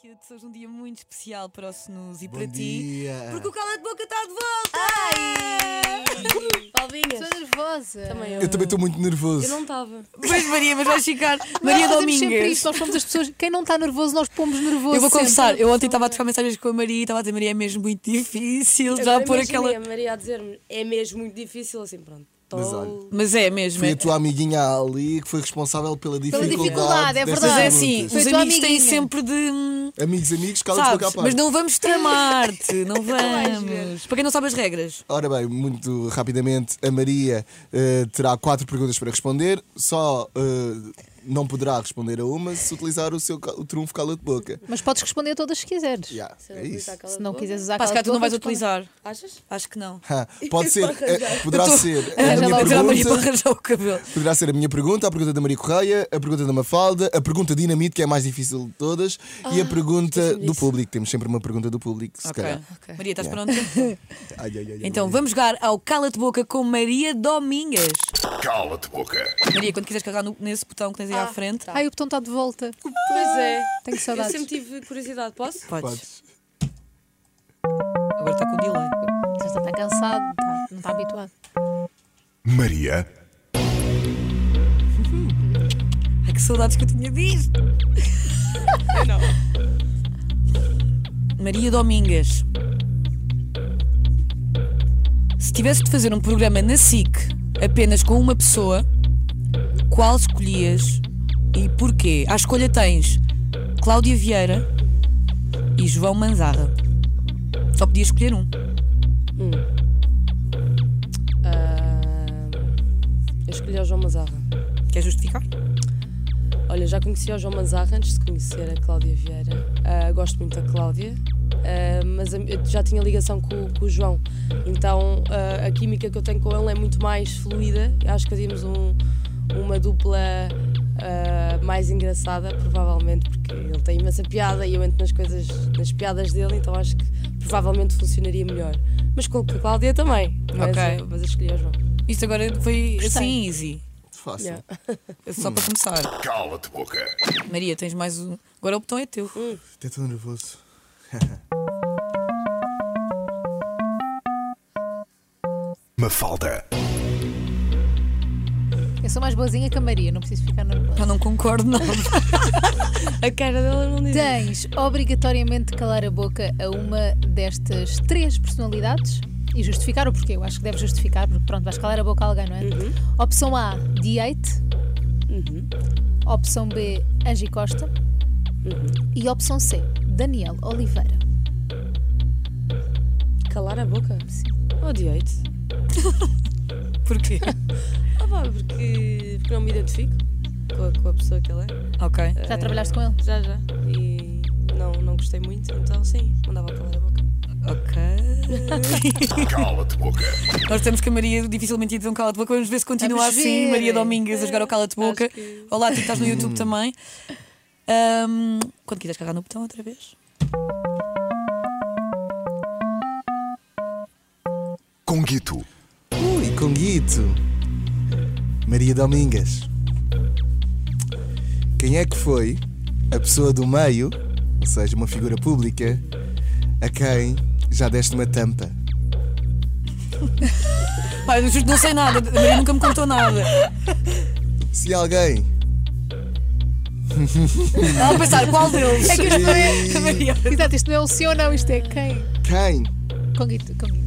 Cute, hoje é um dia muito especial para o Snus e Bom para dia. ti, porque o Cala de Boca está de volta! Estou Palminhas. nervosa. Também Eu também estou muito nervoso. Eu não estava. Pois Maria, mas vais ficar Nós Maria fazemos sempre Domingues. isto, Nós somos as pessoas. Quem não está nervoso, nós pomos nervoso. Eu vou sempre. confessar, eu ontem estava a trocar mensagens com a Maria e estava a dizer Maria é mesmo muito difícil, já Agora por imaginei aquela. A Maria a dizer-me é mesmo muito difícil, assim, pronto. Tô... Mas olha, Mas é mesmo. Foi É. a tua amiguinha ali que foi responsável pela dificuldade. dificuldade, é destas Mas é verdade. assim, perguntas. os Foi a tua amigos têm amiguinha. sempre de. hum, Amigos, amigos, cala-te boca à Sabes, parte. mas não vamos tramar-te, não vais ver. vamos. Para quem não sabe as regras, Ora bem, muito rapidamente, a Maria eh, terá quatro perguntas para responder. Só eh, não poderá responder a uma se utilizar o seu ca- o trunfo cala de boca. Mas podes responder a todas que quiseres. Yeah, Se eu é utilizar isso. aquela Se não boa, quiseres usar pá, se calhar tu não cala vais de boca, utilizar. Achas? Acho que não. Ha, Pode ser, eh, poderá ser Arranja a minha lá o cabelo, Maria, para pergunta. arranjar o cabelo. Poderá ser a minha pergunta, a pergunta da Maria Correia, a pergunta da Mafalda, a pergunta dinamite, que é a mais difícil de todas, e a pergunta do público. Temos sempre uma pergunta do público, se Ok. calhar. Ok. Maria, estás Yeah. pronta? Ai, ai, ai, ai, Então ai. vamos jogar ao Cala-te Boca com Maria Domingas. Cala-te boca. Maria, quando quiseres carregar no- nesse botão que tens aí à frente, Ai, o botão está de volta. Pois é. Tenho Eu saudades. sempre tive curiosidade, posso? podes. Podes. Agora está com delay. Já está, está cansado, está- não está habituado. Maria, Ai, que saudades que eu tinha disto. Eu não. Maria Domingas. Se tivesse de fazer um programa na SIC apenas com uma pessoa, qual escolhias e porquê? À escolha tens Cláudia Vieira e João Manzarra. Só podias escolher um. Ah, eu escolhi o João Mazarra. Quer é justificar? Olha, já conhecia o João Mazarra antes de conhecer a Cláudia Vieira. Ah, gosto muito da Cláudia, ah, mas a- eu já tinha ligação com, o- com o João. Então ah, a química que eu tenho com ele é muito mais fluida. Eu Acho que fazíamos um- uma dupla ah, mais engraçada, provavelmente, porque ele tem imensa piada e eu entro nas coisas, nas piadas dele, então acho que provavelmente funcionaria melhor. Mas com a Cláudia também. Mas, Ok. eu- mas eu escolhi o João. Isto agora foi assim easy. Fácil. Yeah. Só para começar. cala-te boca. Maria, tens mais um. Agora o botão é teu. Até estou nervoso. Mafalda, Eu sou mais boazinha que a Maria, não preciso ficar nervosa. Eu não concordo, não. A cara dela não diz. Tens obrigatoriamente de calar a boca a uma destas três personalidades e justificar o porquê. Eu acho que deves justificar, porque pronto, vais calar a boca a alguém, não é? Opção A, D8. Opção B, Angie Costa. E opção C, Daniel Oliveira. Calar a boca? Sim. Odiei-te. Porquê? Ah, pá, porque, porque não me identifico com a, com a pessoa que ela é. ok. Já Eh, trabalhaste com ele? Já, já. E não, não gostei muito, então sim, mandava calar a boca. Ok. cala-te boca. Nós temos que a Maria dificilmente ia dizer um cala de boca. Vamos ver se continua Vamos assim. ver. Maria Domingues a jogar ao cala de boca. Acho que- Olá, tu que estás no YouTube também. Ahm, quando quiseres carregar no botão outra vez. Conguito, Ui, Conguito. Maria Domingas. Quem é que foi a pessoa do meio, ou seja, uma figura pública, a quem já deste uma tampa? Pá, eu juro, não sei nada. A Maria nunca me contou nada. Se alguém. Estava a pensar, qual deles? É que isto não é. A Maria. Exato, isto não é um sim ou não, isto é quem? Quem? Conguito, Conguito.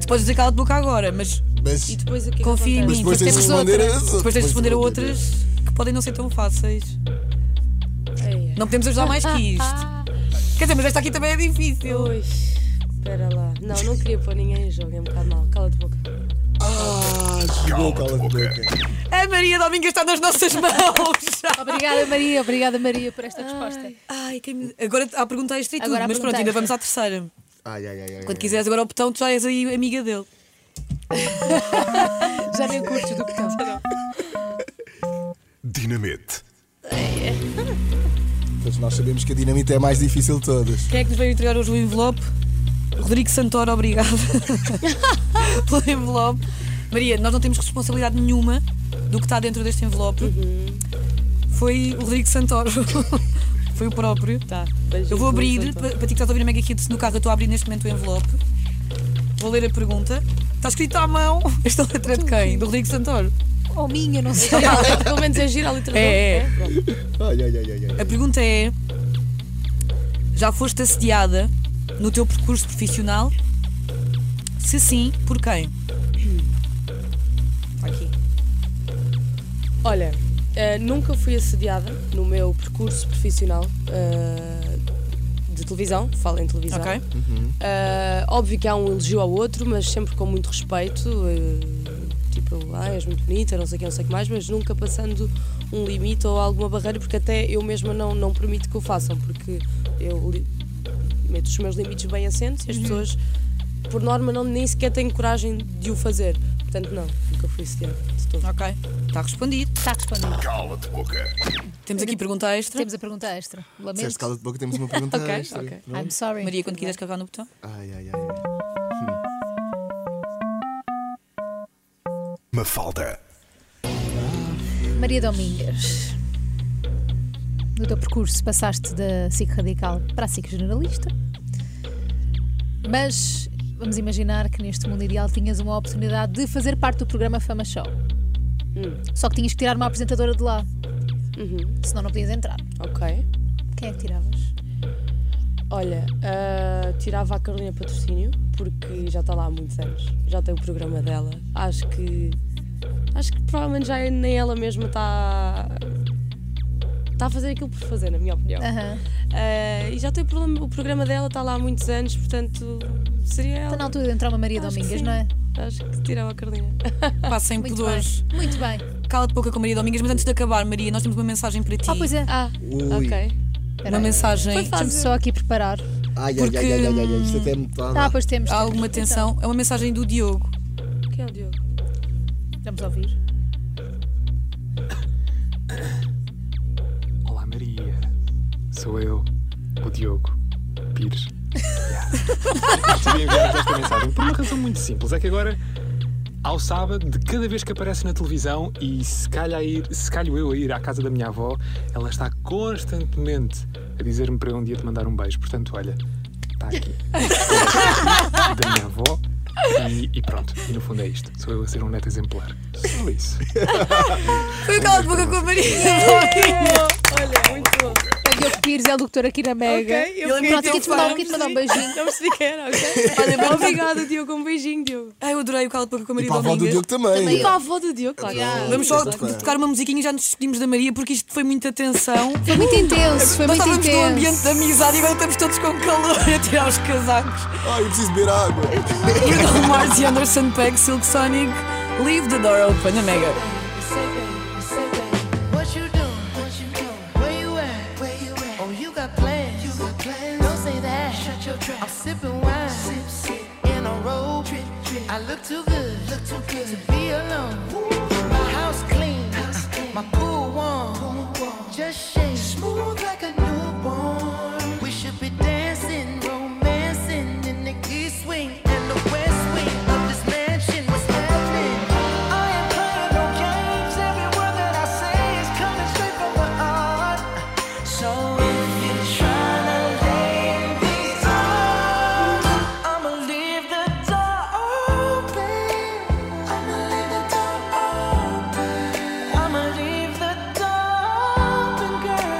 Tu podes dizer cala de boca agora, mas Mas E depois o que é que confia em acontece? Mas mim. depois temos tens de responder a outras. essa, Depois tens de depois responder a de- outras que podem não ser tão fáceis. Ei, Não podemos ajudar mais que isto. Quer dizer, mas esta aqui também é ei. difícil. Ui, espera lá. Não, não queria pôr ninguém em jogo, é um bocado mal. Cala-te boca. Ah, chegou, cala boca. A Maria Domingues está nas nossas mãos. Ah, Obrigada, Maria, obrigada, Maria, por esta resposta. Ai, quem me... Agora há a pergunta extra e tudo, Agora há mas pronto, pergunta ainda extra. vamos à terceira. Ai, ai, ai, ai. Quando quiseres agora o botão, tu já és aí amiga dele. Já nem curtes do botão. dinamite, Pois nós sabemos que a dinamite é a mais difícil de todas. Quem é que nos veio entregar hoje o envelope? Rodrigo Santoro, obrigada pelo envelope. Maria, nós não temos responsabilidade nenhuma do que está dentro deste envelope. Foi o Rodrigo Santoro. Foi o próprio. Tá, Eu vou abrir, pa- para ti que estás a ouvir a Mega Kids no carro, eu estou a abrir neste momento o envelope. Vou ler a pergunta. Está escrito à mão. Esta letra é de quem? Do Rodrigo Santoro. Ou minha, não sei. Pelo menos é gira a letra É, é. dele. pronto. Ai, ai, ai, ai, ai. A pergunta é: já foste assediada no teu percurso profissional? Se sim, por quem? Está Aqui. Olha, eh, nunca fui assediada no meu percurso profissional eh, de televisão, falo em televisão. Ok. Eh, óbvio que há um elogio ao outro, mas sempre com muito respeito. eh, tipo, ah, és muito bonita, não sei o que, não sei o que mais, mas nunca passando um limite ou alguma barreira, porque até eu mesma não, não permito que o façam, porque eu li- meto os meus limites bem assentes e as pessoas, por norma, não, nem sequer têm coragem de o fazer. Portanto, não, nunca fui assediada de todo. Ok. Está respondido. Está respondido. Cala-te boca. Temos aqui pergunta extra. Temos a pergunta extra. Disseste Lamento. cala de boca, temos uma pergunta Ok, extra. ok. Pronto. I'm sorry. Maria, quando quiseres carregar no botão. Ai, ai, ai. Mafalda. Maria Domingues, no teu percurso passaste da SIC radical para a SIC generalista, mas vamos imaginar que neste mundo ideal tinhas uma oportunidade de fazer parte do programa Fama Show. Só que tinhas que tirar uma apresentadora de lá, Uhum, senão não podias entrar. ok. Quem é que tiravas? Olha, ah, tirava a Carolina Patrocínio porque já está lá há muitos anos, já tem o programa dela. Acho que acho que provavelmente já é nem ela mesma está está a fazer aquilo por fazer, na minha opinião. Aham. Então, Ah, e já tem o, problema- o programa dela está lá há muitos anos, portanto seria ela. Está na altura de entrar uma Maria Acho que Domingues, sim. não é? Acho que tirava a Carolina. Passem Muito pudores. bem. Muito bem. Cala de boca com Maria Domingues, mas antes de acabar, Maria, nós temos uma mensagem para ti. Ah, pois é. Ah, Ui. ok. Uma Espera aí. mensagem. Foi fácil. Deixa-me só aqui preparar. Ai, Porque- ai, ai, ai, ai, ai, isto até me está. Tá, pois temos. Há temos. alguma atenção? É uma mensagem do Diogo. Quem é o Diogo? Vamos ouvir. Olá Maria, sou eu, o Diogo Pires. Yeah. Decidi enviar-vos esta mensagem por uma razão muito simples, é que agora, ao sábado, de cada vez que aparece na televisão e se calho, a ir, se calho eu a ir à casa da minha avó, ela está constantemente a dizer-me para eu um dia te mandar um beijo. Portanto, olha, está aqui. da minha avó. E, e pronto, e no fundo é isto. Sou eu a ser um neto exemplar. Só isso. Foi o cala de boca com a Maria. Olha, muito bom. É Diogo Pires, é o doutor aqui na Mega. Ok, eu Ele é fiquei muito tão quis-te mandar um- fã. quis-te mandar um beijinho. Não percebi que era, ok? Olha, mas- Obrigada, Diogo. Um beijinho, Diogo. Ai, eu adorei o cala de boca com a E Maria para a avó do Domingues. Diogo também. E para a avó do Diogo, claro. Yeah. Vamos só Exato. de- tocar uma musiquinha e já nos despedimos da Maria porque isto foi muita tensão. Foi muito intenso, foi Nós muito estávamos num ambiente intenso. de amizade e agora estamos todos com calor a tirar os casacos. Ai, eu preciso beber água. Bruno Mars e Anderson Peck, Silk Sonic, Leave the Door Open, a Mega. What you doing? What you doing? Where you at? Where you at? Oh, you got plans. You got plans. Don't say that. Shut your trap. I'm sipping wine. Sip, sip. In a robe. Trip, trip. I look too good. Look too good to be alone. My house clean. House clean. My pool warm. Pool warm. Just shake. Smooth like a newborn. We should be dancing, romancing in the east wing and the west wing of this mansion. What's happening? I am playing no games. Every word that I say is coming straight from the heart. So if you're trying to lay in these arms, I'ma leave the door open. I'ma leave the door open. I'ma leave the door open, girl.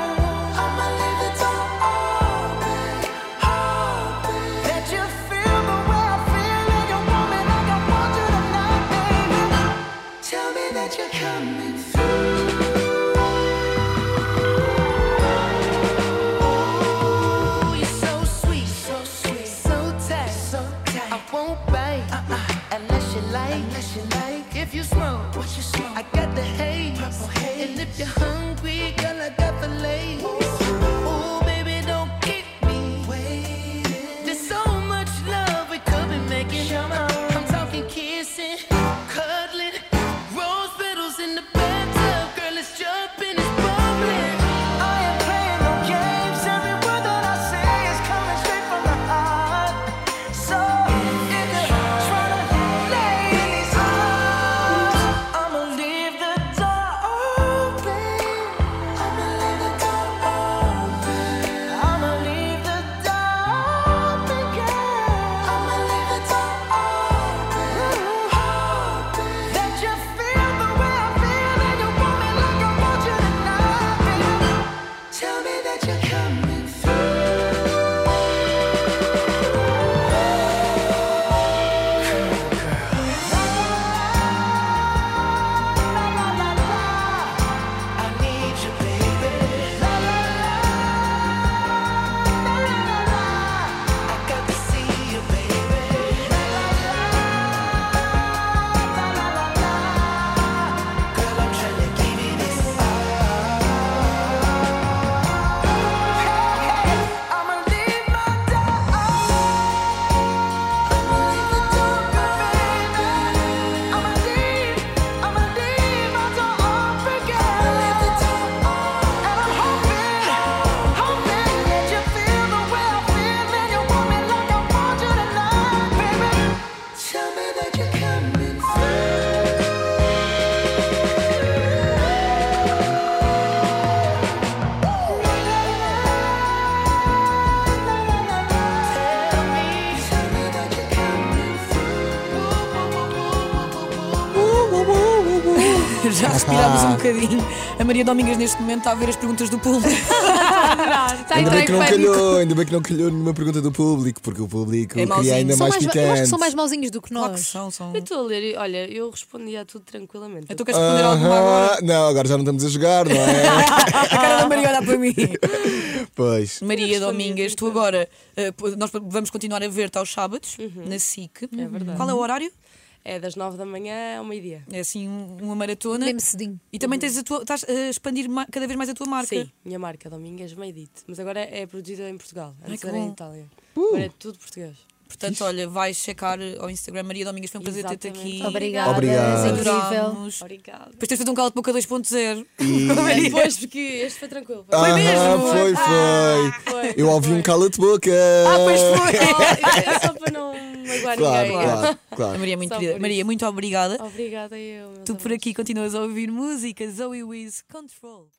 Já respirámos um bocadinho. A Maria Domingas neste momento está a ver as perguntas do público. Está a Ainda bem entrar em que não pânico. calhou, ainda bem que não calhou nenhuma pergunta do público, porque o público É queria mauzinho. ainda mais São mais, eu acho que picante. são mais mauzinhos do que Claro que nós. são, são. Eu estou a ler e olha, eu respondi a tudo tranquilamente. Então queres responder alguma Aham, agora? Tá Não, agora já não estamos a jogar, não é? A cara da Maria olha para mim. pois. Maria Eu respondi Domingas, tu agora. eh, p- nós vamos continuar a ver-te aos sábados, na SIC. É verdade. Qual é o horário? É das 9 da manhã ao meio-dia. É assim um- uma maratona. Mesmo cedinho. E também tens a tua, estás a expandir ma- cada vez mais a tua marca. Uhum. Sim, minha marca, Domingas Meidite. Mas agora é produzida em Portugal, antes que era em bom. Itália. Agora é tudo português. Portanto, olha, vais checar ao Instagram Maria Domingas. Foi um prazer ter-te Exatamente. aqui. Obrigada, Obrigado. és incrível. Adorámos. Obrigada. Depois tens feito um calo de boca 2.0. é Depois, porque este foi tranquilo. Foi Ah. Aham, mesmo? Foi, foi. Foi, Ah. Eu ouvi um cala-te-boca. Ah, Pois foi. Oh, é só para não magoar Claro, ninguém. claro, A claro. Maria é muito Só querida. por Maria, isso. muito obrigada. Obrigada eu. meus Tu por amores. aqui continuas a ouvir música Zoe Wiz Control.